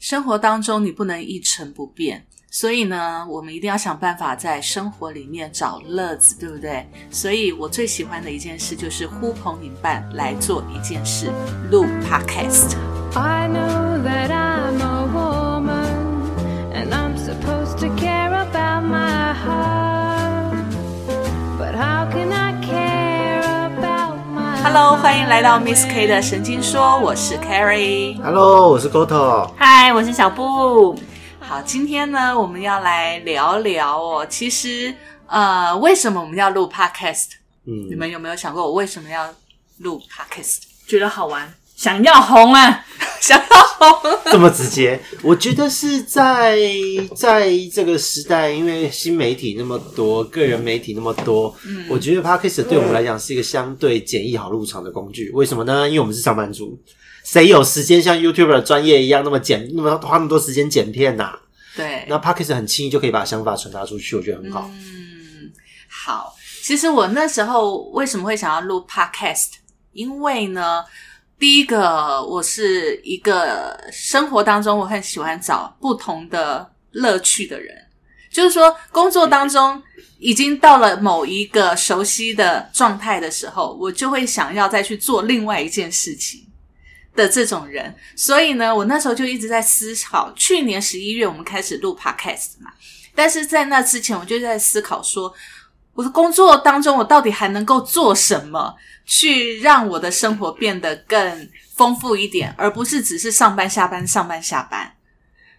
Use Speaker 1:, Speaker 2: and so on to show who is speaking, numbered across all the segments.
Speaker 1: 生活当中你不能一成不变，所以呢，我们一定要想办法在生活里面找乐子，对不对？所以我最喜欢的一件事就是呼朋引伴来做一件事，录 podcast。
Speaker 2: I know that I'm a woman and I'm supposed to care about my heart. But how can I care about my
Speaker 1: Hello，
Speaker 2: heart?
Speaker 1: 欢迎来到 Miss K 的神经说，我是 Carrie。
Speaker 3: Hello，我是 Goto。
Speaker 4: 嗨，我是小布。
Speaker 1: 好，今天呢，我们要来聊聊哦，其实呃，为什么我们要录 podcast？
Speaker 3: 嗯
Speaker 1: 你们有没有想过我为什么要录 podcast？
Speaker 4: 觉得好玩，想要红啊！
Speaker 1: 想到红，
Speaker 3: 这么直接，我觉得是在在这个时代，因为新媒体那么多，个人媒体那么多，
Speaker 1: 嗯
Speaker 3: 我觉得 Podcast 对我们来讲是一个相对简易好入场的工具。为什么呢？因为我们是上班族，谁有时间像 YouTuber 专业一样那么剪，那么花那么多时间剪片呐、
Speaker 1: 对，
Speaker 3: 那 Podcast 很轻易就可以把想法传达出去，我觉得很好。
Speaker 1: 嗯，好。其实我那时候为什么会想要录 podcast？因为呢，第一个我是一个生活当中我很喜欢找不同的乐趣的人，就是说工作当中已经到了某一个熟悉的状态的时候，我就会想要再去做另外一件事情。的这种人，所以呢，我那时候就一直在思考。去年十一月我们开始录 podcast 嘛，但是在那之前，我就在思考说，我的工作当中，我到底还能够做什么，去让我的生活变得更丰富一点，而不是只是上班下班上班下班。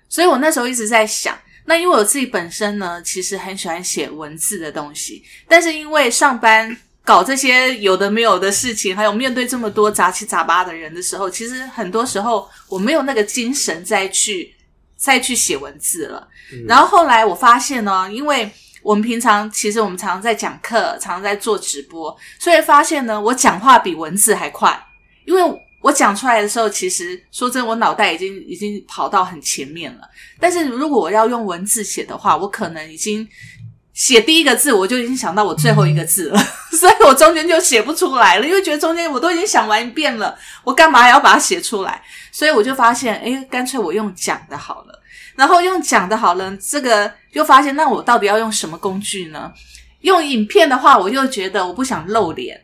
Speaker 1: 所以我那时候一直在想，那因为我自己本身呢，其实很喜欢写文字的东西，但是因为上班。搞这些有的没有的事情，还有面对这么多杂七杂八的人的时候，其实很多时候我没有那个精神再去再去写文字了。然后后来我发现呢，因为我们平常其实我们常常在讲课，常常在做直播，所以发现呢，我讲话比文字还快，因为我讲出来的时候，其实说真的，我脑袋已经已经跑到很前面了。但是如果我要用文字写的话，我可能已经写第一个字，我就已经想到我最后一个字了， 所以我中间就写不出来了，因为觉得中间我都已经想完一遍了，我干嘛还要把它写出来？所以我就发现，哎，干脆我用讲的好了。然后用讲的好了，这个又发现，那我到底要用什么工具呢？用影片的话，我又觉得我不想露脸，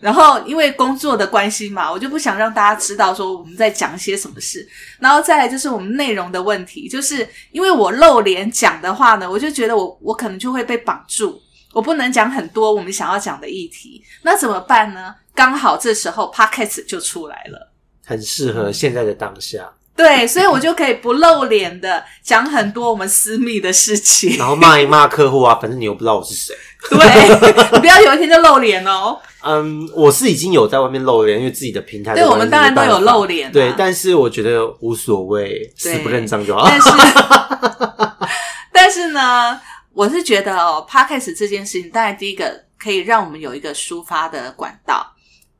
Speaker 1: 然后因为工作的关系嘛，我就不想让大家知道说我们在讲些什么事。然后再来就是我们内容的问题，就是因为我露脸讲的话呢，我就觉得我我可能就会被绑住，我不能讲很多我们想要讲的议题，那怎么办呢？刚好这时候 podcast 就出来了。
Speaker 3: 很适合现在的当下，
Speaker 1: 对，所以我就可以不露脸的讲很多我们私密的事情。
Speaker 3: 然后骂一骂客户啊，反正你又不知道我是谁。
Speaker 1: 对，你不要有一天就露脸哦。
Speaker 3: 嗯，我是已经有在外面露脸，因为自己的平台的
Speaker 1: 对
Speaker 3: 关系
Speaker 1: 我们当然都有露脸啊
Speaker 3: 没办法对，但是我觉得无所谓，死不认账就好。
Speaker 1: 但是， 但是呢，我是觉得哦，podcast 这件事情，当然第一个可以让我们有一个抒发的管道，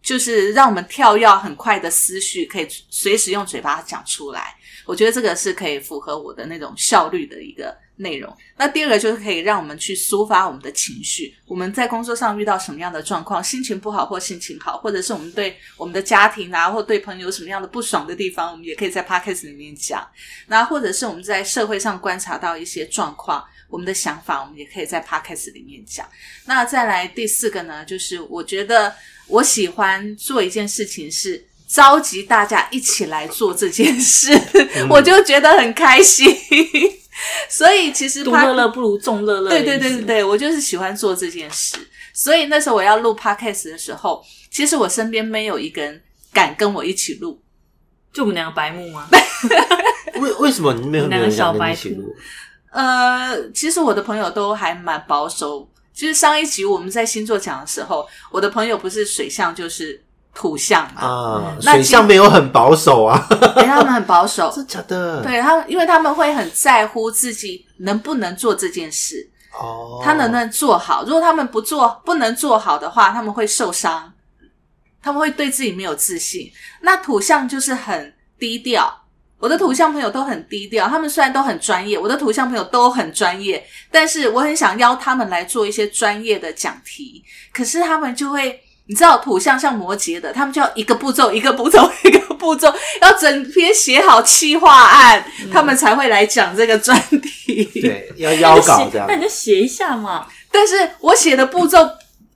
Speaker 1: 就是让我们跳跃很快的思绪，可以随时用嘴巴讲出来。我觉得这个是可以符合我的那种效率的一个内容。那第二个就是可以让我们去抒发我们的情绪，我们在工作上遇到什么样的状况，心情不好或心情好，或者是我们对我们的家庭啊，或对朋友有什么样的不爽的地方，我们也可以在 podcast 里面讲。那或者是我们在社会上观察到一些状况，我们的想法，我们也可以在 podcast 里面讲。那再来第四个呢，就是我觉得我喜欢做一件事情是。召集大家一起来做这件事，我就觉得很开心。 所以其实
Speaker 4: 独
Speaker 1: pod-
Speaker 4: 乐乐不如众乐乐。
Speaker 1: 对对对对，对，我就是喜欢做这件事。所以那时候我要录 podcast 的时候，其实我身边没有一个人敢跟我一起录，
Speaker 4: 就我们两个白目啊吗？
Speaker 3: 为为什么你没有没
Speaker 4: 两
Speaker 3: 有
Speaker 4: 个
Speaker 3: 人想
Speaker 4: 小
Speaker 3: 跟你
Speaker 4: 白
Speaker 3: 一起录？
Speaker 1: 呃，其实我的朋友都还蛮保守。就是上一集我们在星座讲的时候，我的朋友不是水象就是土象嘛，
Speaker 3: 啊，
Speaker 1: 那哦
Speaker 3: 水象没有很保守啊，
Speaker 1: 对他们很保守，
Speaker 3: 真假的？，
Speaker 1: 对他们，因为他们会很在乎自己能不能做这件事，
Speaker 3: 哦，
Speaker 1: 他能不能做好。如果他们不做，不能做好的话，他们会受伤，他们会对自己没有自信。那土象就是很低调。我的土象朋友都很低调，他们虽然都很专业，我的土象朋友都很专业，但是我很想邀他们来做一些专业的讲题，可是他们就会你知道土象像摩羯的，他们就要一个步骤一个步骤一个步骤，要整篇写好企划案，他们才会来讲这个专题。，
Speaker 3: 嗯对，要邀稿这样
Speaker 4: 那，你就写一下嘛。
Speaker 1: 但是我写的步骤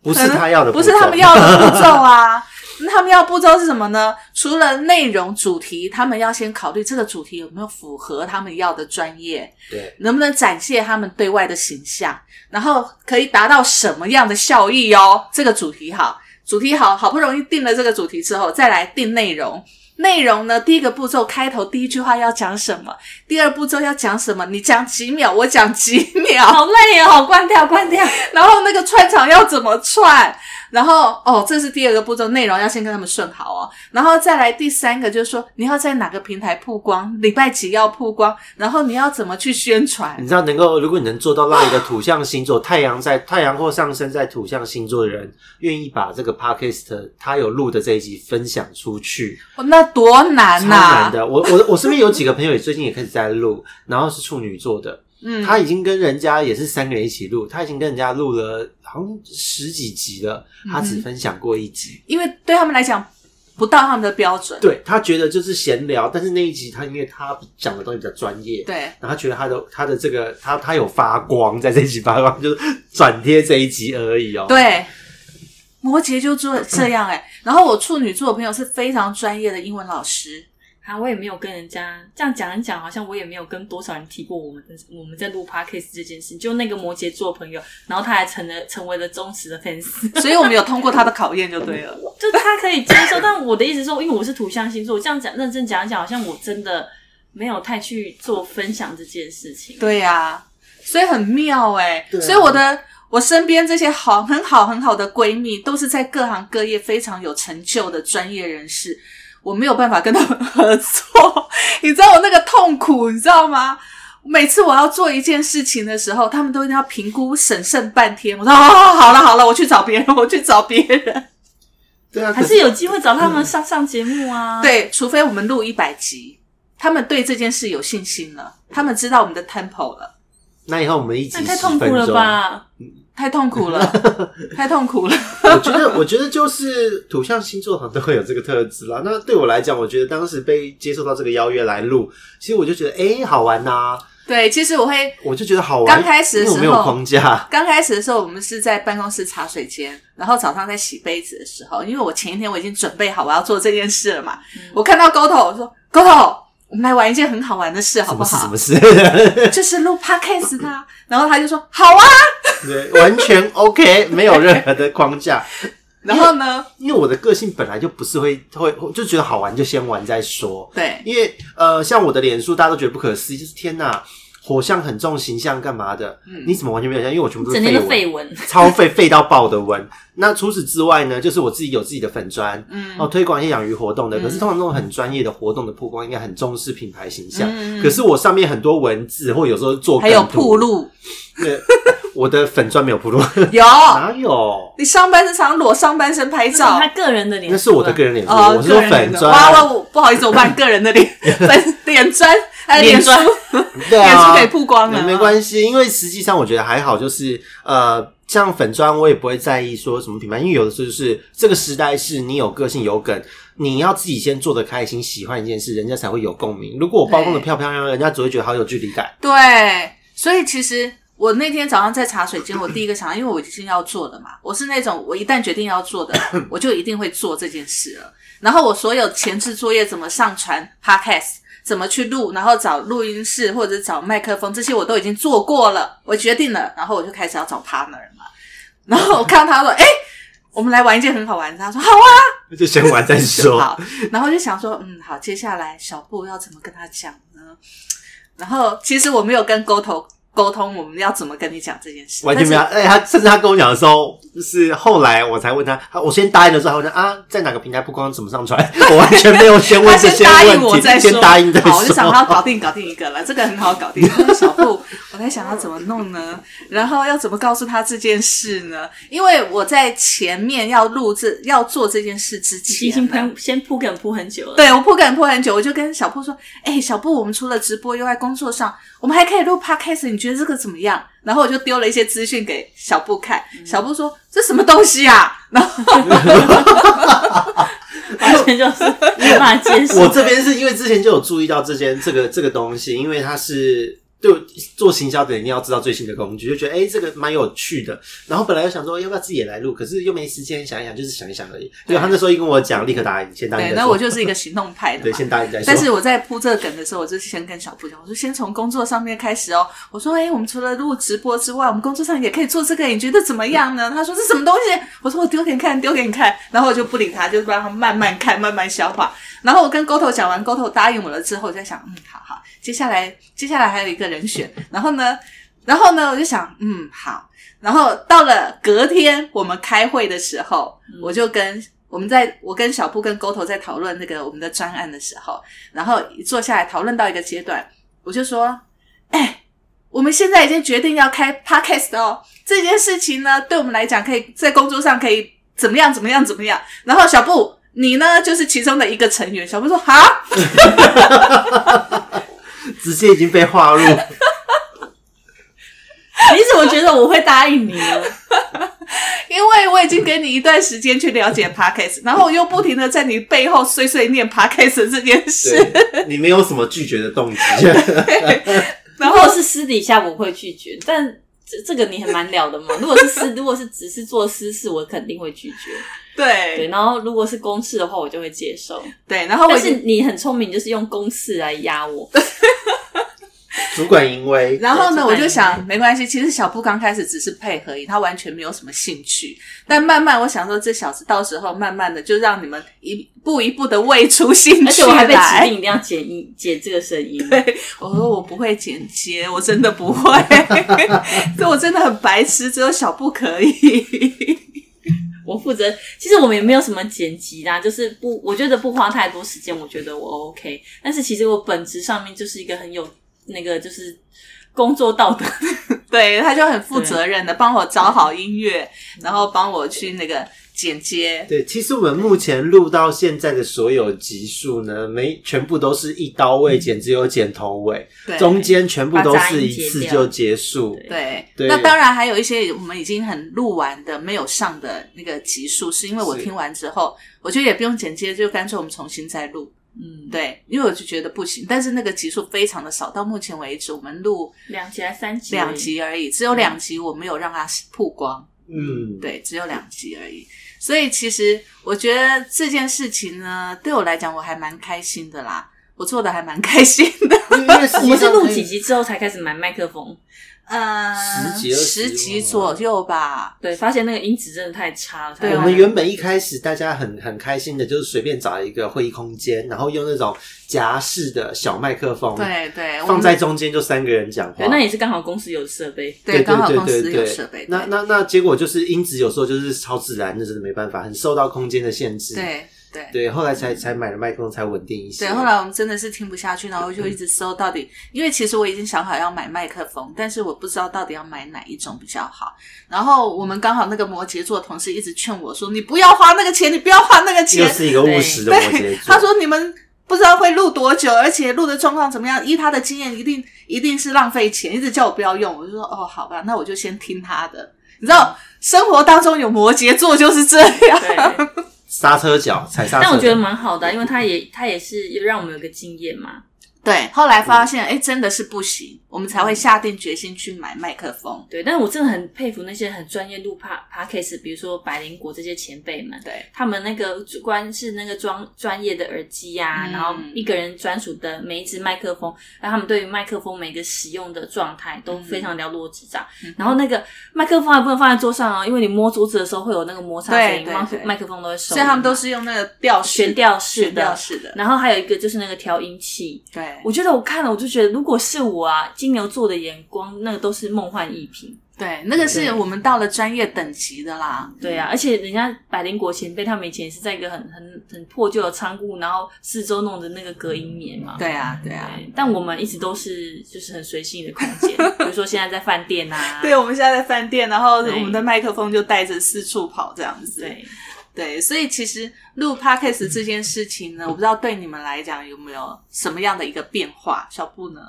Speaker 3: 不是他要的步
Speaker 1: 嗯不
Speaker 3: 骤，
Speaker 1: 是他们要的步骤 啊。那他们要步骤是什么呢？除了内容主题，他们要先考虑这个主题有没有符合他们要的专业，
Speaker 3: 对，
Speaker 1: 能不能展现他们对外的形象，然后可以达到什么样的效益哦。这个主题好，主题好好不容易定了这个主题之后，再来定内容。内容呢，第一个步骤开头第一句话要讲什么，第二步骤要讲什么，你讲几秒，我讲几秒，
Speaker 4: 好累哦，关掉关掉。
Speaker 1: 然后那个串场要怎么串，然后哦，这是第二个步骤，内容要先跟他们顺好哦，然后再来第三个就是说你要在哪个平台曝光，礼拜几要曝光，然后你要怎么去宣传
Speaker 3: 你，知道能够，如果你能做到让一个土象星座太阳在太阳或上升在土象星座的人，愿意把这个 podcast 他有录的这一集分享出去，
Speaker 1: 哦那多难
Speaker 3: 嗯超
Speaker 1: 呐、
Speaker 3: 难的。我我我身边有几个朋友也最近也开始在录，然后是处女座的，
Speaker 1: 嗯，
Speaker 3: 他已经跟人家也是三个人一起录，他已经跟人家录了好像十几集了，他
Speaker 4: 嗯
Speaker 3: 只分享过一集。
Speaker 1: 因为对他们来讲不到他们的标准，
Speaker 3: 对他觉得就是闲聊，但是那一集他因为他讲的东西比较专业，
Speaker 1: 对
Speaker 3: 然后他觉得他的他的这个他他有发光，在这一集发光，就是转贴这一集而已哦。，
Speaker 1: 对。摩羯就做这样哎、然后我处女座的朋友是非常专业的英文老师，
Speaker 4: 啊，我也没有跟人家这样讲一讲，好像我也没有跟多少人提过我们我们在录 podcast 这件事。就那个摩羯座朋友，然后他还成了成为了忠实的粉丝，
Speaker 1: 所以我们有通过他的考验就对了。
Speaker 4: 就他可以接受。但我的意思说，因为我是土象星座，我这样讲认真讲一讲，好像我真的没有太去做分享这件事情。
Speaker 1: 对呀、所以很妙哎、
Speaker 3: 对啊
Speaker 1: 所以我的我身边这些好很好很好的闺蜜，都是在各行各业非常有成就的专业人士，我没有办法跟他们合作，你知道我那个痛苦，你知道吗？每次我要做一件事情的时候，他们都一定要评估审慎半天。我说：“哦，好了好了，我去找别人，我去找别人。
Speaker 3: 对啊，
Speaker 4: 还是有机会找他们上上节目啊。”
Speaker 1: 对，除非我们录一百集，他们对这件事有信心了，他们知道我们的 tempo 了。
Speaker 3: 那以后我们一集
Speaker 4: 那太
Speaker 3: 10
Speaker 4: 痛苦
Speaker 3: 分
Speaker 4: 了
Speaker 3: 钟？
Speaker 4: 吧？
Speaker 1: 太痛苦 了，太痛苦了。
Speaker 3: 我觉得，我觉得就是土象星座好像都会有这个特质啦。那对我来讲，我觉得当时被接受到这个邀约来录，其实我就觉得哎、好玩呐、
Speaker 1: 对，其实我会
Speaker 3: 我就觉得好玩。
Speaker 1: 刚开始的
Speaker 3: 因为我没有
Speaker 1: 时候
Speaker 3: 框架，
Speaker 1: 刚开始的时候，我们是在办公室茶水间，然后早上在洗杯子的时候，因为我前一天我已经准备好我要做这件事了嘛。
Speaker 4: 嗯
Speaker 1: 我看到 Goto，我说 Goto，我们来玩一件很好玩的事，好
Speaker 3: 什
Speaker 1: 不
Speaker 3: 么事？什
Speaker 1: 好
Speaker 3: 么？事？
Speaker 1: 就是录 podcast 的啊、然后他就说好啊。
Speaker 3: 对，完全 OK，没有任何的框架。
Speaker 1: 然后呢，
Speaker 3: 因为我的个性本来就不是会会就觉得好玩就先玩再说。
Speaker 1: 对
Speaker 3: 因为呃，像我的脸书，大家都觉得不可思议，就是天哪，火象很重，形象干嘛的？
Speaker 1: 嗯
Speaker 3: 你怎么完全没有像？因为我全部都是
Speaker 4: 整天
Speaker 3: 绯闻，
Speaker 4: 都绯闻，
Speaker 3: 超废废到爆的文。那除此之外呢，就是我自己有自己的粉砖，嗯，哦，推广一些养鱼活
Speaker 1: 嗯
Speaker 3: 动的。可是通常那种很专业的活动的曝光，应该很重视品牌形象。可是我上面很多文字，或有时候
Speaker 1: 嗯
Speaker 3: 做
Speaker 1: 还有
Speaker 3: 梗图
Speaker 1: 铺， 路，哦
Speaker 3: 对，我的粉砖没有铺路，
Speaker 1: 有
Speaker 3: 哪有？
Speaker 1: 你上半身常裸上半身拍
Speaker 4: 这是他
Speaker 1: 照。
Speaker 4: 个人的脸书啊，
Speaker 3: 那是我的个人脸书，
Speaker 1: 哦，
Speaker 3: 我是
Speaker 1: 个
Speaker 3: 说
Speaker 1: 人
Speaker 3: 粉
Speaker 1: 的
Speaker 3: 砖，
Speaker 1: 哇哇，我不好意思，我把你个人的脸 粉脸砖还有脸
Speaker 4: 脸
Speaker 1: 书
Speaker 4: 砖
Speaker 3: 对
Speaker 1: 脸
Speaker 3: 啊，
Speaker 1: 书给曝光了，哦
Speaker 3: 没没关系，因为实际上我觉得还好，就是呃，像粉砖我也不会在意说什么品牌，因为有的时候就是这个时代是你有个性有梗，你要自己先做的开心，喜欢一件事，人家才会有共鸣。如果我包装的
Speaker 1: 对
Speaker 3: 漂漂亮亮，人家只会觉得好有距离感。
Speaker 1: 对，所以其实我那天早上在茶水间，我第一个想到，因为我已经要做的嘛，我是那种我一旦决定要做的，我就一定会做这件事了。然后我所有前置作业怎么上传 podcast，怎么去录，然后找录音室或者找麦克风，这些我都已经做过了，我决定了，然后我就开始要找 partner 嘛。然后我看到他说：“哎、我们来玩一件很好玩的。”他说：“好啊。”
Speaker 3: 就先玩 再说。
Speaker 1: 好，然后就想说，嗯，好，接下来小布要怎么跟他讲呢？然后其实我没有跟沟通沟通，我们要怎么跟你讲这件事？
Speaker 3: 完全没有，
Speaker 1: 但是
Speaker 3: 哎、他甚至他跟我讲的时候，就是后来我才问他，他我先答应的时候，他问啊，在哪个平台不光怎么上 传，我完全没有先
Speaker 1: 他
Speaker 3: 问这
Speaker 1: 先
Speaker 3: 些
Speaker 1: 答
Speaker 3: 问
Speaker 1: 应我
Speaker 3: 题，
Speaker 1: 再说，
Speaker 3: 先答应再
Speaker 1: 好，我就想
Speaker 3: 说。
Speaker 1: 他搞定搞定一个了，这个很好搞定。但是小布，我在想要怎么弄呢？然后要怎么告诉他这件事呢？因为我在前面要录这要做这件事之前
Speaker 4: 已
Speaker 1: 呢，
Speaker 4: 经铺先铺梗铺很久了。
Speaker 1: 对我铺梗铺很久，我就跟小布说：“哎、小布，我们除了直播以外，工作上我们还可以录 podcast，你觉觉得这个怎么样？然后我就丢了一些资讯给小布看，小布说这什么东西啊？然后
Speaker 4: 完全就是没办法接受。
Speaker 3: 我这边是因为之前就有注意到这间这个这个东西，因为它是对我做行销的人一定要知道最新的工具，就觉得哎、诶这个蛮有趣的。然后本来又想说要不要自己也来录，可是又没时间，想一想就是想一想而已。对，他那时候一跟我讲，立刻答应，先答应
Speaker 1: 对，
Speaker 3: 再
Speaker 1: 那
Speaker 3: 说
Speaker 1: 我就是一个行动派的
Speaker 3: 对，
Speaker 1: 嘛。
Speaker 3: 先 答应再说。
Speaker 1: 但是我在铺这个梗的时候，我就先跟小布讲，我说先从工作上面开始哦。我说，哎、我们除了录直播之外，我们工作上也可以做这个，你觉得怎么样呢？他说这什么东西？我说我丢给你看，丢给你看。然后我就不理他，就让他慢慢看，慢慢消化。然后我跟 Goto 讲完，Goto 答应我了之后，我就在想，嗯，好好，接下来接下来还有一个人选，然后呢，然后呢，我就想，嗯，好。然后到了隔天我们开会的时候，我就跟我们在我跟小布跟 Goto 在讨论那个我们的专案的时候，然后一坐下来讨论到一个阶段，我就说：“哎、我们现在已经决定要开 podcast 哦，这件事情呢，对我们来讲，可以在工作上可以怎么样怎么样怎么样。”然后小布，你呢就是其中的一个成员。小布说：“哈，
Speaker 3: 直接已经被 划入，
Speaker 4: 你怎么觉得我会答应你呢？
Speaker 1: 因为我已经给你一段时间去了解 podcast，然后我又不停的在你背后碎碎念 podcast 这件事，
Speaker 3: 对，你没有什么拒绝的动 机。
Speaker 1: 然
Speaker 4: 如
Speaker 1: 后
Speaker 4: 果是私底下，我会拒绝，但这这个你很难聊的嘛。如果是 私，如果是只是做私事，我肯定会拒绝。对，
Speaker 1: 对
Speaker 4: 然后如果是公事的话，我就会接受。
Speaker 1: 对，然后我
Speaker 4: 但
Speaker 1: 已经
Speaker 4: 是你很聪明，就是用公事来压 我。
Speaker 3: 主管因为
Speaker 1: 然后呢，
Speaker 4: 对
Speaker 1: 我就想没关系，其实小布刚开始只是配合而已，他完全没有什么兴趣。但慢慢我想说，这小子到时候慢慢的就让你们一步一步的喂出兴趣
Speaker 4: 而且我还被指
Speaker 1: 来
Speaker 4: 定。一定要剪音剪这个声音，
Speaker 1: 我说我不会剪接，我真的不会， 所以我真的很白痴，只有小布可以。
Speaker 4: 我负责。其实我们也没有什么剪辑啦，就是不，我觉得不花太多时间，我觉得我 OK。但是其实我本质上面就是一个很有那个就是工作道德
Speaker 1: 对，他就很负责任的帮我找好音乐，然后帮我去那个剪接。
Speaker 3: 对，其实我们目前录到现在的所有集数呢，没全部都是一刀未剪，只有剪头尾，
Speaker 1: 对，
Speaker 3: 中间全部都是一次
Speaker 4: 把杂音截掉
Speaker 3: 就结束。
Speaker 1: 对，
Speaker 3: 对
Speaker 1: 那当然还有一些我们已经很录完的没有上的那个集数，是因为我
Speaker 3: 是
Speaker 1: 听完之后，我觉得也不用剪接，就干脆我们重新再录。
Speaker 4: 嗯，
Speaker 1: 对，因为我就觉得不行，但是那个集数非常的少，到目前为止我们录
Speaker 4: 两集还三集而已？
Speaker 1: 两集而已，只有两集我没有让它曝光，
Speaker 3: 嗯，
Speaker 1: 对，只有两集而已。所以其实我觉得这件事情呢，对我来讲我还蛮开心的啦，我做的还蛮开心的。
Speaker 3: 因为
Speaker 4: 我们是录几
Speaker 3: 集？
Speaker 4: 集之后才开始买麦克风，
Speaker 1: 呃，
Speaker 3: 十集二十
Speaker 1: 十集
Speaker 3: 吗
Speaker 1: 左右吧，
Speaker 4: 对，发现那个音质真的太差了。
Speaker 1: 对
Speaker 3: 我
Speaker 1: 啊
Speaker 3: 们原本一开始大家很很开心的，就是随便找一个会议空间，然后用那种夹式的小麦克风，，
Speaker 1: 对对，我
Speaker 3: 哦放
Speaker 1: 们
Speaker 3: 在中间就三个人讲话
Speaker 4: 对，。那也是刚好公司有设备，
Speaker 1: 对，刚好
Speaker 3: 对
Speaker 1: 公
Speaker 3: 对
Speaker 1: 司
Speaker 3: 对
Speaker 1: 有
Speaker 3: 对
Speaker 1: 设备。
Speaker 3: 那
Speaker 1: 对
Speaker 3: 那那结果就是音质有时候就是超自然，那真的没办法，很受到空间的限制。
Speaker 1: 对对
Speaker 3: 对，后来才才买了麦克风才稳定一些。
Speaker 1: 对，后来我们真的是听不下去，然后就一直搜到底，因为其实我已经想好要买麦克风，但是我不知道到底要买哪一种比较好。然后我们刚好那个摩羯座同事一直劝我说：“你不要花那个钱，你不要花那个
Speaker 3: 又
Speaker 1: 钱。
Speaker 3: 是一个务实”的摩羯
Speaker 1: 对
Speaker 3: 座，。
Speaker 1: 他说：“你们不知道会录多久，而且录的状况怎么样？依他的经验，一定一定是浪费钱。”一直叫我不要用，我就说：“哦，好吧，那我就先听他的。”你知道，
Speaker 3: 嗯
Speaker 1: 生活当中有摩羯座就是这样。
Speaker 4: 对。
Speaker 3: 刹车脚踩刹车。
Speaker 4: 但我觉得蛮好的啊，因为他也他也是让我们有个经验嘛。
Speaker 1: 对，后来发
Speaker 4: 嗯
Speaker 1: 现，哎、真的是不行，我们才会下定决心去买麦克风。
Speaker 4: 对，但是我真的很佩服那些很专业录 p a d c a s 比如说百灵果这些前辈们，
Speaker 1: 对，
Speaker 4: 他们那个光是那个专专业的耳机呀、
Speaker 1: 嗯
Speaker 4: 然后一个人专属的每一支麦克风，然后他们对于麦克风每个使用的状态
Speaker 1: 嗯
Speaker 4: 都非常了如指掌。然后那个麦克风还不能放在桌上哦，因为你摸桌子的时候会有那个摩擦声音，
Speaker 1: 对对
Speaker 4: 麦克
Speaker 1: 对
Speaker 4: 麦克风都会收
Speaker 1: 所以
Speaker 4: 音嘛。
Speaker 1: 他们都是用那个吊式
Speaker 4: 悬吊式
Speaker 1: 悬吊
Speaker 4: 的。
Speaker 1: 式的。
Speaker 4: 然后还有一个就是那个调音器，
Speaker 1: 对
Speaker 4: 我觉得我看了我就觉得，如果是我啊，金牛座的眼光，那个都是梦幻一品。
Speaker 1: 对，那个是
Speaker 4: 对
Speaker 1: 我们到了专业等级的啦。
Speaker 4: 对啊，而且人家百灵果前辈他们以前也是在一个很很很破旧的仓库，然后四周弄的那个隔音棉嘛。
Speaker 1: 对啊，对啊。
Speaker 4: 对但我们一直都是就是很随性的空 间，比如说现在在饭店啊，
Speaker 1: 对，我哦们现在在饭店，然后
Speaker 4: 对
Speaker 1: 我们的麦克风就带着四处跑这样子。
Speaker 4: 对，
Speaker 1: 对，所以其实录 podcast 这
Speaker 4: 嗯
Speaker 1: 件事情呢，我不知道对你们来讲有没有什么样的一个变化，小布呢？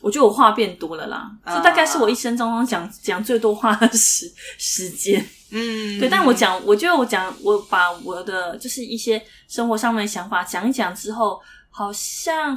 Speaker 4: 我觉得我话变多了啦，
Speaker 1: 啊
Speaker 4: 这大概是我一生当中讲讲最多话的时 时间。
Speaker 1: 嗯，
Speaker 4: 对，但我讲，我觉得我讲，我把我的就是一些生活上面的想法讲一讲之后，好像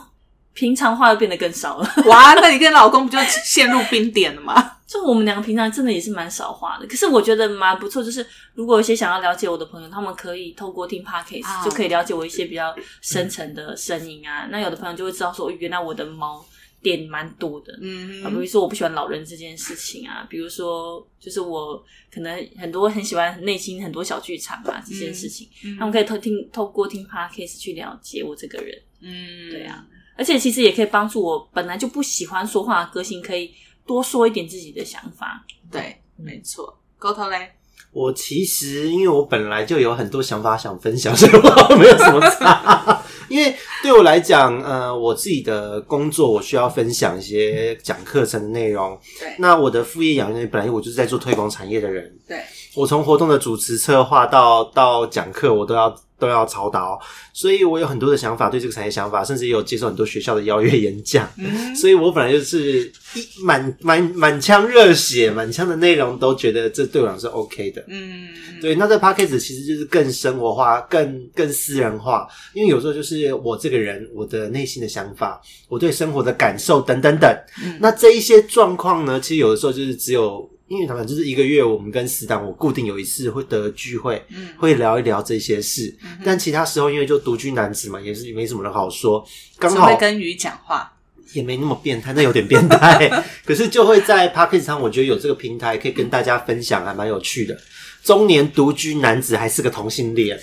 Speaker 4: 平常话又变得更少了。
Speaker 1: 哇，那你跟老公不就陷入冰点了吗？
Speaker 4: 就我们两个平常真的也是蛮少话的，可是我觉得蛮不错。就是如果有一些想要了解我的朋友，他们可以透过听 podcast、
Speaker 1: 啊
Speaker 4: 就可以了解我一些比较深层的声音啊。那有的朋友就会知道说，哦原来我的猫点蛮多的。啊，比
Speaker 1: 嗯
Speaker 4: 如说我不喜欢老人这件事情啊，比如说就是我可能很多很喜欢内心很多小剧场啊这件事情，
Speaker 1: 嗯
Speaker 4: 他们可以透听透过听 podcast 去了解我这个人，
Speaker 1: 嗯，
Speaker 4: 对啊，而且其实也可以帮助我本来就不喜欢说话的个性，可以多说一点自己的想法。
Speaker 1: 对，
Speaker 3: 嗯
Speaker 1: 没错，沟通嘞，
Speaker 3: 我其实因为我本来就有很多想法想分享，所 以我没有什么差。因为对我来讲，呃，我自己的工作我需要分享一些讲课程的内容。
Speaker 1: 对
Speaker 3: 那我的副业养育本来我就是在做推广产业的人，
Speaker 1: 对，
Speaker 3: 我从活动的主持、策划到到讲课，我都要都要操刀，所以我有很多的想法，对这个产业想法，甚至也有接受很多学校的邀约演讲。
Speaker 1: 嗯，
Speaker 3: 所以我本来就是一满满满腔热血、满腔的内容，都觉得这对我来说是 OK 的。
Speaker 1: 嗯，
Speaker 3: 对，那这 p a c k a g e 其实就是更生活化、更更私人化，因为有时候就是我这个人，我的内心的想法，我对生活的感受等等等。
Speaker 1: 嗯
Speaker 3: 那这一些状况呢，其实有的时候就是只有，因为他们就是一个月，我们跟死党我固定有一次会的聚会，
Speaker 1: 嗯
Speaker 3: 会聊一聊这些事。
Speaker 1: 嗯哼
Speaker 3: 但其他时候因为就独居男子嘛，也是没什么人好说，刚
Speaker 1: 只
Speaker 3: 好
Speaker 1: 会跟鱼讲话，
Speaker 3: 也没那么变态，那有点 变态。可是就会在 p a c k a g e 上，我觉得有这个平台可以跟大家分享，啊还蛮有趣的。中年独居男子还是个同性恋，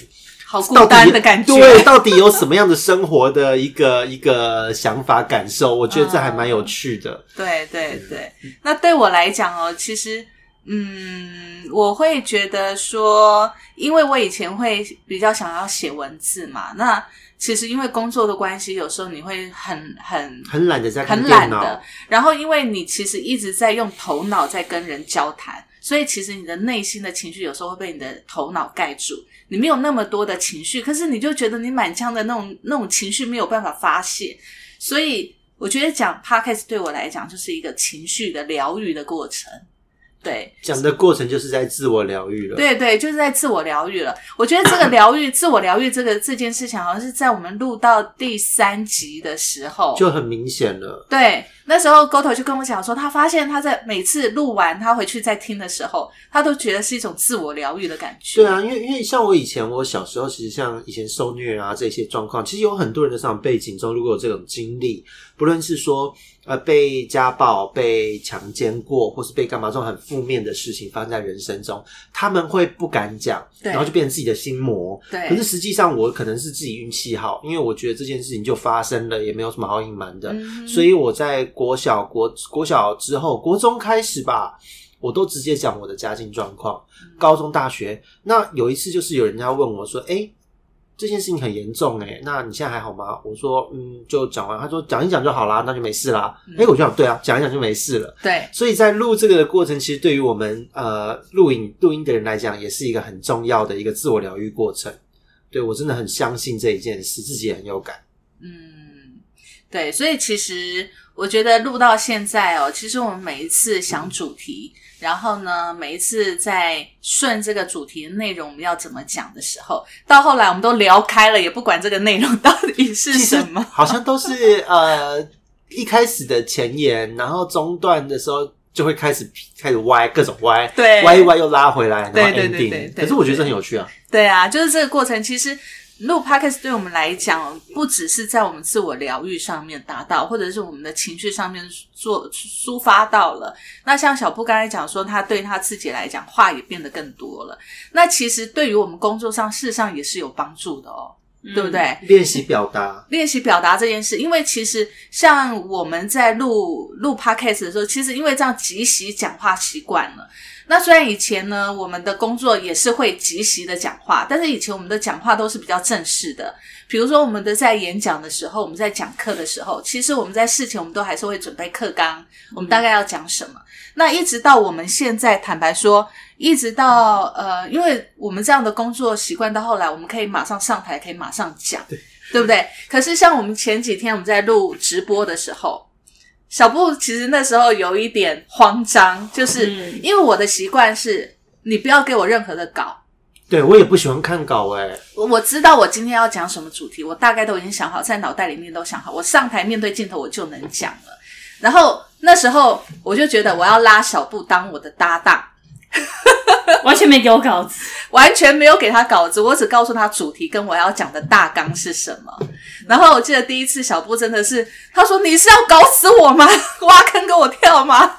Speaker 1: 好孤
Speaker 3: 到底
Speaker 1: 单的感觉，
Speaker 3: 对，到底有什么样的生活的一个一个想法感受？我觉得这还蛮有趣的。
Speaker 1: 对对对，那对我来讲哦，其实，嗯，我会觉得说，因为我以前会比较想要写文字嘛，那其实因为工作的关系，有时候你会很很
Speaker 3: 很懒得在看
Speaker 1: 很
Speaker 3: 电
Speaker 1: 懒
Speaker 3: 脑
Speaker 1: 的，，然后因为你其实一直在用头脑在跟人交谈，所以其实你的内心的情绪有时候会被你的头脑盖住，你没有那么多的情绪，可是你就觉得你满腔的那种那种情绪没有办法发泄，所以我觉得讲 podcast 对我来讲就是一个情绪的疗愈的过程，对，
Speaker 3: 讲的过程就是在自我疗愈了。，
Speaker 1: 对对，就是在自我疗愈了。我觉得这个疗愈、自我疗愈这个这件事情，好像是在我们录到第三集的时候，
Speaker 3: 就很明显了。
Speaker 1: 对，那时候 Goto 就跟我讲说，他发现他在每次录完他回去再听的时候，他都觉得是一种自我疗愈的感觉。
Speaker 3: 对啊，因为因为像我以前，我小时候其实像以前受虐啊这些状况，其实有很多人的成长背景中，如果有这种经历，不论是说呃被家暴、被强奸过，或是被干嘛这种很负面的事情发生在人生中，他们会不敢讲，
Speaker 1: 对
Speaker 3: 然后就变成自己的心魔。
Speaker 1: 对
Speaker 3: 可是实际上，我可能是自己运气好，因为我觉得这件事情就发生了，也没有什么好隐瞒的。
Speaker 1: 嗯
Speaker 3: 所以我在国小、国国小之后，国中开始吧，我都直接讲我的家境状况。高中、大学，那有一次就是有人家问我说：“哎、这件事情很严重哎、那你现在还好吗？”我说：“嗯，就讲完。”他说：“讲一讲就好啦，那就没事啦。
Speaker 1: 嗯
Speaker 3: 哎、我就想对啊，讲一讲就没事了。
Speaker 1: 对
Speaker 3: 所以在录这个的过程，其实对于我们呃录影录音的人来讲，也是一个很重要的一个自我疗愈过程。对我真的很相信这一件事，自己也很有感。
Speaker 1: 嗯，对，所以其实我觉得录到现在哦，其实我们每一次
Speaker 3: 嗯
Speaker 1: 想主题，然后呢，每一次在顺这个主题的内容我们要怎么讲的时候，到后来我们都聊开了，也不管这个内容到底是
Speaker 3: 其实
Speaker 1: 什么。
Speaker 3: 好像都是呃一开始的前言，然后中段的时候就会开始开始歪，各种歪，
Speaker 1: 对
Speaker 3: 歪一歪又拉回来，然后
Speaker 1: 对对对对
Speaker 3: ending。
Speaker 1: 对对
Speaker 3: 可是我觉得这很有趣啊，
Speaker 1: 对啊，就是这个过程，其实。录 podcast 对我们来讲，不只是在我们自我疗愈上面达到，或者是我们的情绪上面做抒发到了。那像小布刚才讲说，他对他自己来讲，话也变得更多了。那其实对于我们工作上，事实上也是有帮助的哦，对不
Speaker 4: 嗯？
Speaker 1: 对？
Speaker 3: 练习表达。
Speaker 1: 练习表达这件事，因为其实像我们在录录 podcast 的时候，其实因为这样即席讲话习惯了。那虽然以前呢，我们的工作也是会即席的讲话，但是以前我们的讲话都是比较正式的。比如说我们的在演讲的时候，我们在讲课的时候，其实我们在事前我们都还是会准备课纲，我们大概要讲什么。那一直到我们现在，坦白说，一直到呃，因为我们这样的工作习惯，到后来我们可以马上上台，可以马上讲。对不对？可是像我们前几天我们在录直播的时候，小布其实那时候有一点慌张，就是、
Speaker 4: 嗯
Speaker 1: 因为我的习惯是，你不要给我任何的稿，
Speaker 3: 对我也不喜欢看稿哎、
Speaker 1: 我我知道我今天要讲什么主题，我大概都已经想好，在脑袋里面都想好，我上台面对镜头我就能讲了。然后那时候我就觉得我要拉小布当我的搭档，
Speaker 4: 完全没给我稿 子，
Speaker 1: 完全没有给他稿子，我只告诉他主题跟我要讲的大纲是什么。然后我记得第一次小布真的是，他说你是要搞死我吗？ 挖坑给我跳吗？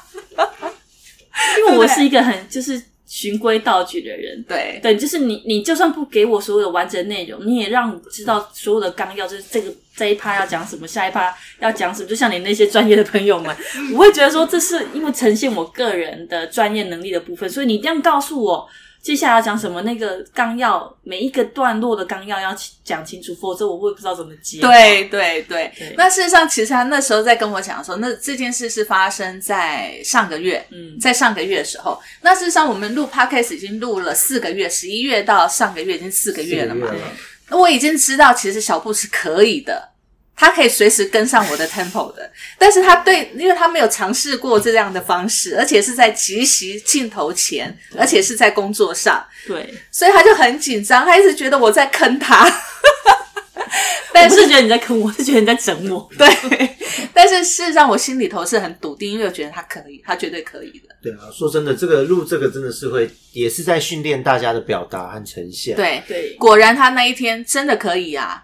Speaker 4: 因为我是一个很就是循规蹈矩的人。
Speaker 1: 对
Speaker 4: 对，就是你，你就算不给我所有的完整内容，你也让我知道所有的纲要，就是这个这一趴要讲什么，下一趴要讲什么。就像你那些专业的朋友们，我会觉得说，这是因为呈现我个人的专业能力的部分，所以你一定要告诉我接下来要讲什么，那个纲要每一个段落的纲要要讲清楚，否则我会不知道怎么接。
Speaker 1: 对对对
Speaker 4: 对
Speaker 1: 那事实上，其实他那时候在跟我讲说，那这件事是发生在上个月，
Speaker 4: 嗯，
Speaker 1: 在上个月的时候。那事实上，我们录 podcast 已经录了四个月，十一月到上个月已经四个月了嘛。我已经知道，其实小布是可以的，他可以随时跟上我的 tempo 的。但是他对，因为他没有尝试过这样的方式，而且是在即席镜头前，而且是在工作上，
Speaker 4: 对，
Speaker 1: 所以他就很紧张，他一直觉得我在坑他。
Speaker 4: 但是觉得你在坑我，是觉得你在整我。
Speaker 1: 对，但是事实上我心里头是很笃定，因为我觉得他可以，他绝对可以的。
Speaker 3: 对啊，说真的，这个录这个真的是会，也是在训练大家的表达和呈现。，
Speaker 1: 对，
Speaker 4: 对，
Speaker 1: 果然他那一天真的可以啊！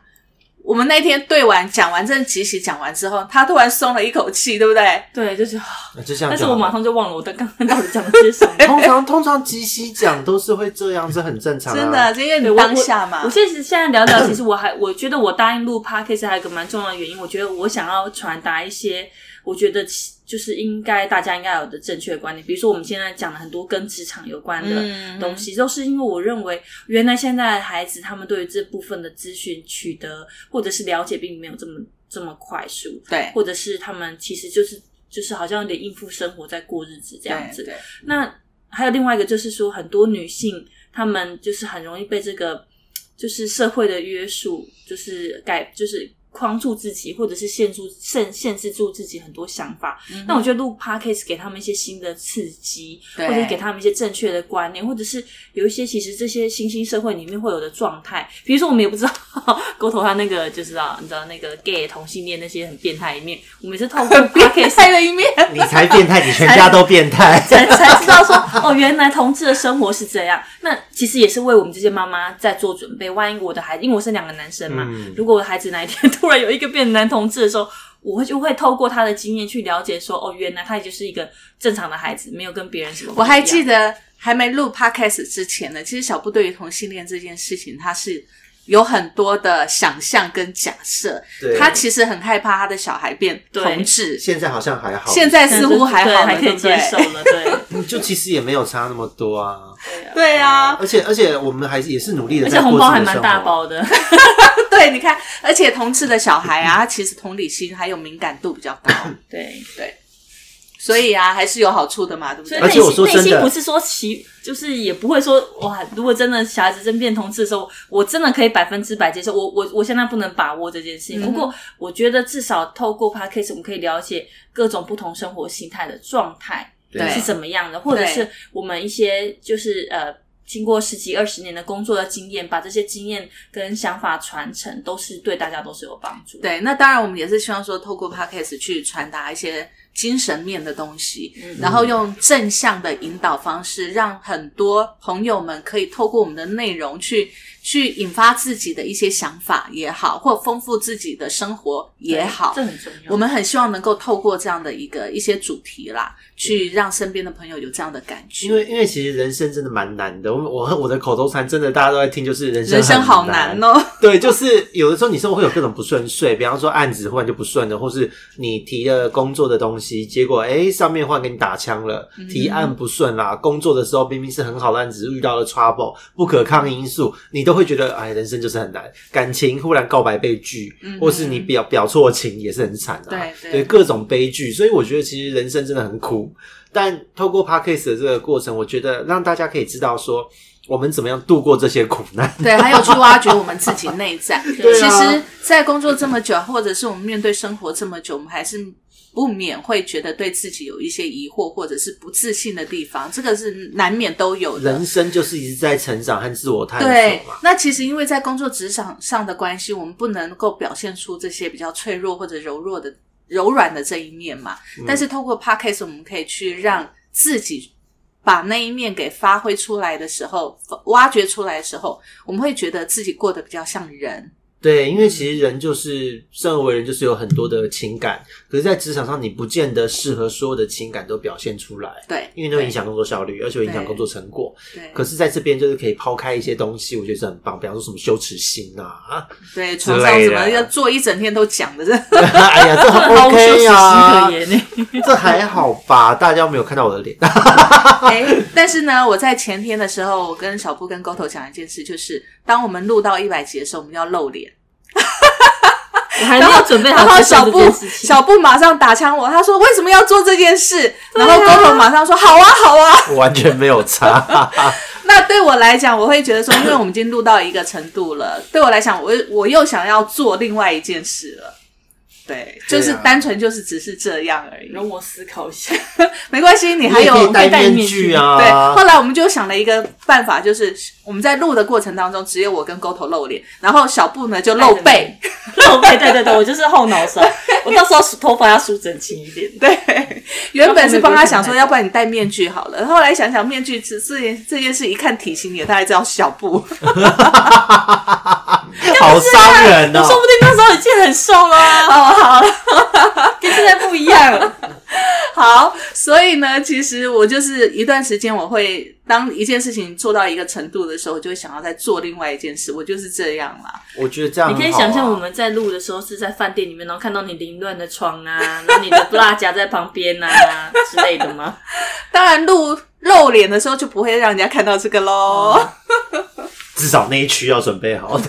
Speaker 1: 我们那天对完讲完这集席讲完之后，他突然松了一口气，对不对？
Speaker 4: 对，就是，
Speaker 3: 那就像
Speaker 4: 但是我马上就忘了我的刚刚到底讲了些什么。
Speaker 3: 通常通常即席讲都是会这样，这很正常、啊。
Speaker 1: 真的，，就因为
Speaker 4: 对
Speaker 1: 你
Speaker 4: 我
Speaker 1: 当下嘛
Speaker 4: 我我。其实现在聊聊，其实我还我觉得我答应录 podcast 还有一个蛮重要的原因，我觉得我想要传达一些我觉得其就是应该大家应该有的正确的观念，比如说我们现在讲的很多跟职场有关的
Speaker 1: 嗯
Speaker 4: 东西，都是因为我认为原来现在的孩子他们对于这部分的资讯取得或者是了解并没有这么这么快速，
Speaker 1: 对
Speaker 4: 或者是他们其实就是就是好像得应付生活在过日子这样子，
Speaker 1: 对对
Speaker 4: 那还有另外一个就是说，很多女性她们就是很容易被这个就是社会的约束，就是改就是框住自己，或者是限住限限制住自己很多想法。
Speaker 1: 嗯
Speaker 4: 那我觉得录 podcast 给他们一些新的刺激，
Speaker 1: 对
Speaker 4: 或者是给他们一些正确的观念，或者是有一些其实这些新兴社会里面会有的状态，比如说我们也不知道 沟头他那个就是啊，你知道那个 gay 同性恋那些很变态一面，我们也是 透过 podcast
Speaker 1: 晒了一面，
Speaker 3: 你才变态，你全家都变态。
Speaker 4: 才才知道说，哦，原来同志的生活是这样。那其实也是为我们这些妈妈在做准备。万一我的孩子，因为我是两个男生嘛，
Speaker 3: 嗯
Speaker 4: 如果我的孩子哪一天 突然有一个变男同志的时候，我会就会透过他的经验去了解说，哦，原来他也就是一个正常的孩子，没有跟别人什么不 一
Speaker 1: 我
Speaker 4: 样。
Speaker 1: 还记得还没录 podcast 之前呢，其实小布对于同性恋这件事情，他是有很多的想象跟假设，
Speaker 3: 对
Speaker 1: 他其实很害怕他的小孩变
Speaker 4: 对
Speaker 1: 同志，
Speaker 3: 现在好像还好，
Speaker 1: 现在
Speaker 4: 对，
Speaker 1: 似乎还
Speaker 4: 对
Speaker 1: 好了，
Speaker 4: 还可
Speaker 1: 对
Speaker 4: 以
Speaker 1: 不
Speaker 4: 接
Speaker 1: 对？
Speaker 4: 受了，对。
Speaker 3: 就其实也没有差那么多啊。
Speaker 1: 对啊，
Speaker 3: 而且而且我们还是也是努力的，
Speaker 4: 而且红包还蛮大。包的，
Speaker 1: 对，你看，而且同志的小孩啊，他其实同理心还有敏感度比较高，
Speaker 4: 对。
Speaker 1: 所以啊，还是有好处的嘛，对不
Speaker 4: 所
Speaker 1: 对
Speaker 4: 以？
Speaker 3: 而
Speaker 4: 内
Speaker 3: 且我
Speaker 4: 心
Speaker 3: 说
Speaker 4: 内
Speaker 3: 真的
Speaker 4: 心不是说其，就是也不会说哇，如果真的小孩子真变同志的时候，我真的可以百分之百接受。我我我现在不能把握这件事情，不
Speaker 1: 嗯
Speaker 4: 过我觉得至少透过 podcast 我们可以了解各种不同生活形态的状态
Speaker 3: 对
Speaker 4: 是怎么样的，或者是我们一些就是呃。经过十几二十年的工作的经验，把这些经验跟想法传承，都是对大家都是有帮助的。
Speaker 1: 对，那当然，我们也是希望说，透过 podcast 去传达一些精神面的东西，
Speaker 4: 嗯
Speaker 3: 嗯
Speaker 1: 然后用正向的引导方式，让很多朋友们可以透过我们的内容去去引发自己的一些想法也好，或丰富自己的生活也好
Speaker 4: 这。很重要。
Speaker 1: 我们很希望能够透过这样的一个一些主题啦，去让身边的朋友有这样的感觉。
Speaker 3: 因为因为其实人生真的蛮难的，我我我的口头禅真的大家都在听，就是人生
Speaker 1: 人生好难
Speaker 3: 难。啊
Speaker 1: 哦，
Speaker 3: 对，就是有的时候你生活会有各种不顺遂，比方说案子忽然就不顺了，或是你提了工作的东西，结果哎、诶上面忽然给你打枪了，
Speaker 4: 嗯
Speaker 3: 提案不顺啦，工作的时候明明是很好的案子，遇到了 trouble 不可抗因素，你都会觉得哎人生就是很难，感情忽然告白被拒，
Speaker 4: 嗯
Speaker 3: 或是你表表错情也是很惨 啊，
Speaker 1: 对对
Speaker 3: 对各种悲剧，所以我觉得其实人生真的很苦，但透过 podcast 的这个过程，我觉得让大家可以知道说我们怎么样度过这些苦难。
Speaker 1: 对，还有去挖掘我们自己内在。
Speaker 4: 对
Speaker 1: 其
Speaker 3: 啊
Speaker 1: 实，在工作这么久，或者是我们面对生活这么久，我们还是不免会觉得对自己有一些疑惑或者是不自信的地方，这个是难免都有的。
Speaker 3: 人生就是一直在成长和自我探
Speaker 1: 对
Speaker 3: 索嘛。，
Speaker 1: 那其实因为在工作职场上的关系，我们不能够表现出这些比较脆弱或者柔弱的、柔软的这一面嘛。
Speaker 3: 嗯
Speaker 1: 但是透过 podcast，我们可以去让自己把那一面给发挥出来的时候，挖掘出来的时候，我们会觉得自己过得比较像人。
Speaker 3: 对，因为其实人就是生而为人，就是有很多的情感，可是，在职场上你不见得适合所有的情感都表现出来，
Speaker 1: 对，
Speaker 3: 因为都影响工作效率，而且会影响工作成果。
Speaker 1: 对
Speaker 3: 可是，在这边就是可以抛开一些东西，我觉得是很棒，比方说什么羞耻心啊，
Speaker 1: 对，
Speaker 3: 之
Speaker 1: 床上
Speaker 3: 类
Speaker 1: 怎么
Speaker 3: 的
Speaker 1: 要做一整天都讲 的，这
Speaker 3: 哎呀，这很 OK 呀、
Speaker 4: 毫无羞耻心可言呢。
Speaker 3: 这还好吧？大家没有看到我的脸，
Speaker 1: 哎，但是呢，我在前天的时候，我跟小布跟沟头讲一件事，就是当我们录到一百集的时候，我们要露脸。
Speaker 4: 我还没有 准备
Speaker 1: 然
Speaker 4: 好
Speaker 1: 后
Speaker 4: 接
Speaker 1: 小
Speaker 4: 受这
Speaker 1: 布
Speaker 4: 件事情。
Speaker 1: 小布马上打枪我，他说为什么要做这件事？
Speaker 3: 啊
Speaker 1: 然后沟头马上说好啊好啊。
Speaker 3: 我完全没有 差。
Speaker 1: 那对我来讲，我会觉得说，因为我们已经录到一个程度了，对我来讲，我我又想要做另外一件事了。对，就是
Speaker 3: 对啊
Speaker 1: 单纯就是只是这样而已，
Speaker 4: 容我思考一下，
Speaker 1: 没关系，你还
Speaker 3: 你也可
Speaker 1: 有
Speaker 3: 以戴
Speaker 4: 戴
Speaker 3: 面
Speaker 4: 面
Speaker 3: 具
Speaker 4: 具
Speaker 1: 对，
Speaker 3: 啊，
Speaker 1: 后来我们就想了一个办法，就是我们在录的过程当中，只有我跟沟头露脸，然后小布呢就露背，
Speaker 4: 后背，哎对对对，我就是后脑勺，我到时候梳头发要梳整齐一点。
Speaker 1: 对，原本是帮他想说，要不然你戴面具好了。后来想想面具这这件这件事，一看体型也大概知道小布。
Speaker 3: 好伤人
Speaker 4: 啊我
Speaker 3: 哦、
Speaker 4: 说不定那时候已经很瘦了 啊，
Speaker 1: 哦，好
Speaker 4: 跟现在不一样。
Speaker 1: 好，所以呢，其实我就是一段时间，我会当一件事情做到一个程度的时候，我就会想要再做另外一件事，我就是这样啦。
Speaker 3: 我觉得这样
Speaker 4: 你
Speaker 3: 很好啊、
Speaker 4: 可以想象我们在录的时候是在饭店里面，然后看到你凌乱的床啊，然后你的布拉夹在旁边啊之类的吗？
Speaker 1: 当然露露脸的时候就不会让人家看到这个
Speaker 4: 哦
Speaker 1: 喽。
Speaker 3: 至少那一区要准备 好。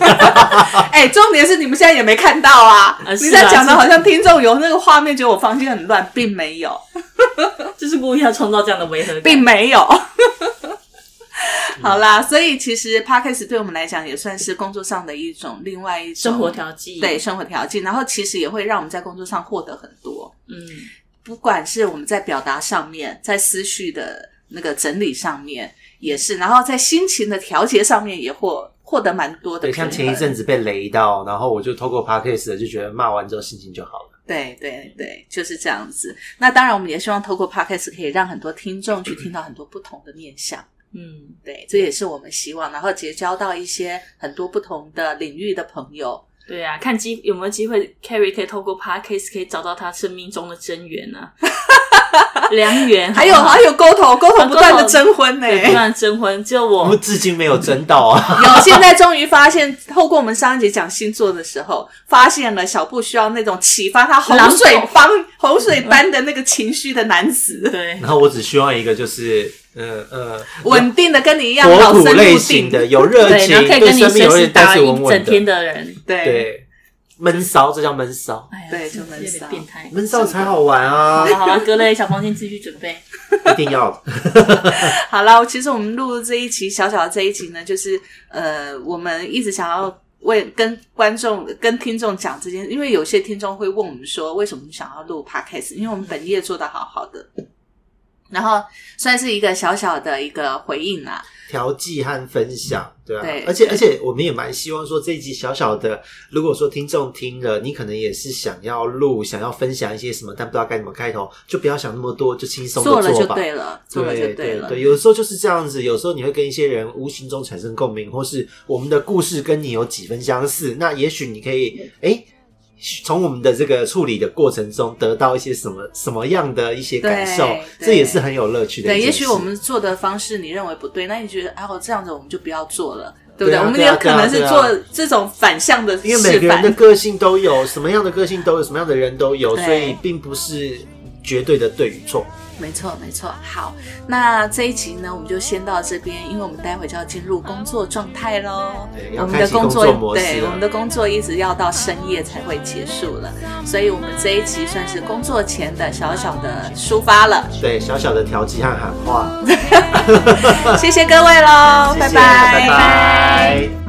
Speaker 1: 哎、重点是你们现在也没看到啊！
Speaker 4: 啊
Speaker 1: 你
Speaker 4: 是啊
Speaker 1: 在讲的好像听众有那个画面，觉得我房间很乱，并没有，
Speaker 4: 就是故意要创造这样的违和感。
Speaker 1: 并没 有。好啦，所以其实 podcast 对我们来讲也算是工作上的一种另外一种
Speaker 4: 生活调剂，
Speaker 1: 对，生活调剂，然后其实也会让我们在工作上获得很多，
Speaker 4: 嗯，
Speaker 1: 不管是我们在表达上面，在思绪的那个整理上面也是，然后在心情的调节上面也获获得蛮多的
Speaker 3: 对，
Speaker 1: 平衡。
Speaker 3: 像前一阵子被雷到，然后我就透过 podcast 的就觉得骂完之后心情就好了。
Speaker 1: 对对对，就是这样子。那当然，我们也希望透过 podcast 可以让很多听众去听到很多不同的面向。
Speaker 4: 嗯，
Speaker 1: 对，这也是我们希望，然后结交到一些很多不同的领域的朋友。
Speaker 4: 对啊，看机有没有机会，Carrie 可以透过 Podcast 可以找到他生命中的真缘啊，良缘，
Speaker 1: 还有
Speaker 4: 好不好
Speaker 1: 还有沟头，沟头
Speaker 4: 啊
Speaker 1: 不断
Speaker 4: 沟
Speaker 1: 的
Speaker 4: 头
Speaker 1: 征婚呢、
Speaker 4: 对不然征婚，只有
Speaker 3: 我
Speaker 4: 我
Speaker 3: 们至今没有争到啊，
Speaker 1: 有，现在终于发现，透过我们上一集讲星座的时候，发现了小布需要那种启发他洪水般洪水般的那个情绪的男子，
Speaker 4: 对
Speaker 3: 然后我只希望一个就是，呃呃，
Speaker 1: 稳定的跟你一样
Speaker 3: 国
Speaker 1: 老
Speaker 3: 土
Speaker 1: 生
Speaker 3: 类
Speaker 1: 入
Speaker 3: 型
Speaker 1: 定
Speaker 3: 的，有热
Speaker 4: 对，
Speaker 3: 情
Speaker 4: 然后可以，跟你
Speaker 3: 生命
Speaker 4: 随
Speaker 3: 有
Speaker 4: 时
Speaker 3: 点
Speaker 4: 打
Speaker 3: 但是
Speaker 4: 一
Speaker 3: 稳
Speaker 4: 整
Speaker 3: 稳
Speaker 4: 天
Speaker 3: 的，
Speaker 4: 的人。
Speaker 1: 对
Speaker 3: 对，闷骚，这叫闷骚，
Speaker 4: 哎呀
Speaker 1: 对就闷
Speaker 4: 有
Speaker 1: 骚
Speaker 4: 点变态。
Speaker 3: 闷骚才好玩啊
Speaker 4: 好，了好了，各类小房间继续准备。
Speaker 3: 一定要。
Speaker 1: 好了，其实我们录这一期小小的这一集呢，就是呃，我们一直想要为跟观众、跟听众讲这件，因为有些听众会问我们说，为什么想要录 podcast？因为我们本业做得好好的，然后算是一个小小的一个回应啊啦、
Speaker 3: 调剂和分享，对啊，
Speaker 1: 对
Speaker 3: 而且而且我们也蛮希望说这一集小小的，如果说听众听了，你可能也是想要录，想要分享一些什么，但不知道该怎么开头，就不要想那么多，就轻松的
Speaker 1: 做了就
Speaker 3: 吧。
Speaker 1: 对了，做了就
Speaker 3: 对对
Speaker 1: 了。
Speaker 3: 对，有时候就是这样子，有时候你会跟一些人无形中产生共鸣，或是我们的故事跟你有几分相似，那也许你可以哎。从我们的这个处理的过程中，得到一些什么什么样的一些感受
Speaker 1: 对，对
Speaker 3: 这也是很有乐趣的一
Speaker 1: 对，
Speaker 3: 件事。
Speaker 1: 也许我们做的方式你认为不对，那你觉得啊，我这样子我们就不要做了，对不
Speaker 3: 对啊
Speaker 1: 我们
Speaker 3: 对
Speaker 1: 也
Speaker 3: 啊
Speaker 1: 可能是
Speaker 3: 对啊
Speaker 1: 做
Speaker 3: 对
Speaker 1: 这种反向的
Speaker 3: 因为每
Speaker 1: 示
Speaker 3: 个人
Speaker 1: 范
Speaker 3: 的。个性都有，什么样的个性都有，什么样的人都有，
Speaker 1: 对
Speaker 3: 所以并不是绝对的对与错。
Speaker 1: 没错，没错。好，那这一集呢，我们就先到这边，因为我们待会就要进入工作状态喽。
Speaker 3: 对要
Speaker 1: 我们
Speaker 3: 开
Speaker 1: 的
Speaker 3: 启工
Speaker 1: 作，
Speaker 3: 作模式
Speaker 1: 对
Speaker 3: 了
Speaker 1: 我们的工作一直要到深夜才会结束了，所以我们这一集算是工作前的小小的抒发 了。
Speaker 3: 对，小小的调剂和喊话，
Speaker 1: 谢谢各位喽，
Speaker 3: 谢
Speaker 1: 拜
Speaker 3: 谢，拜拜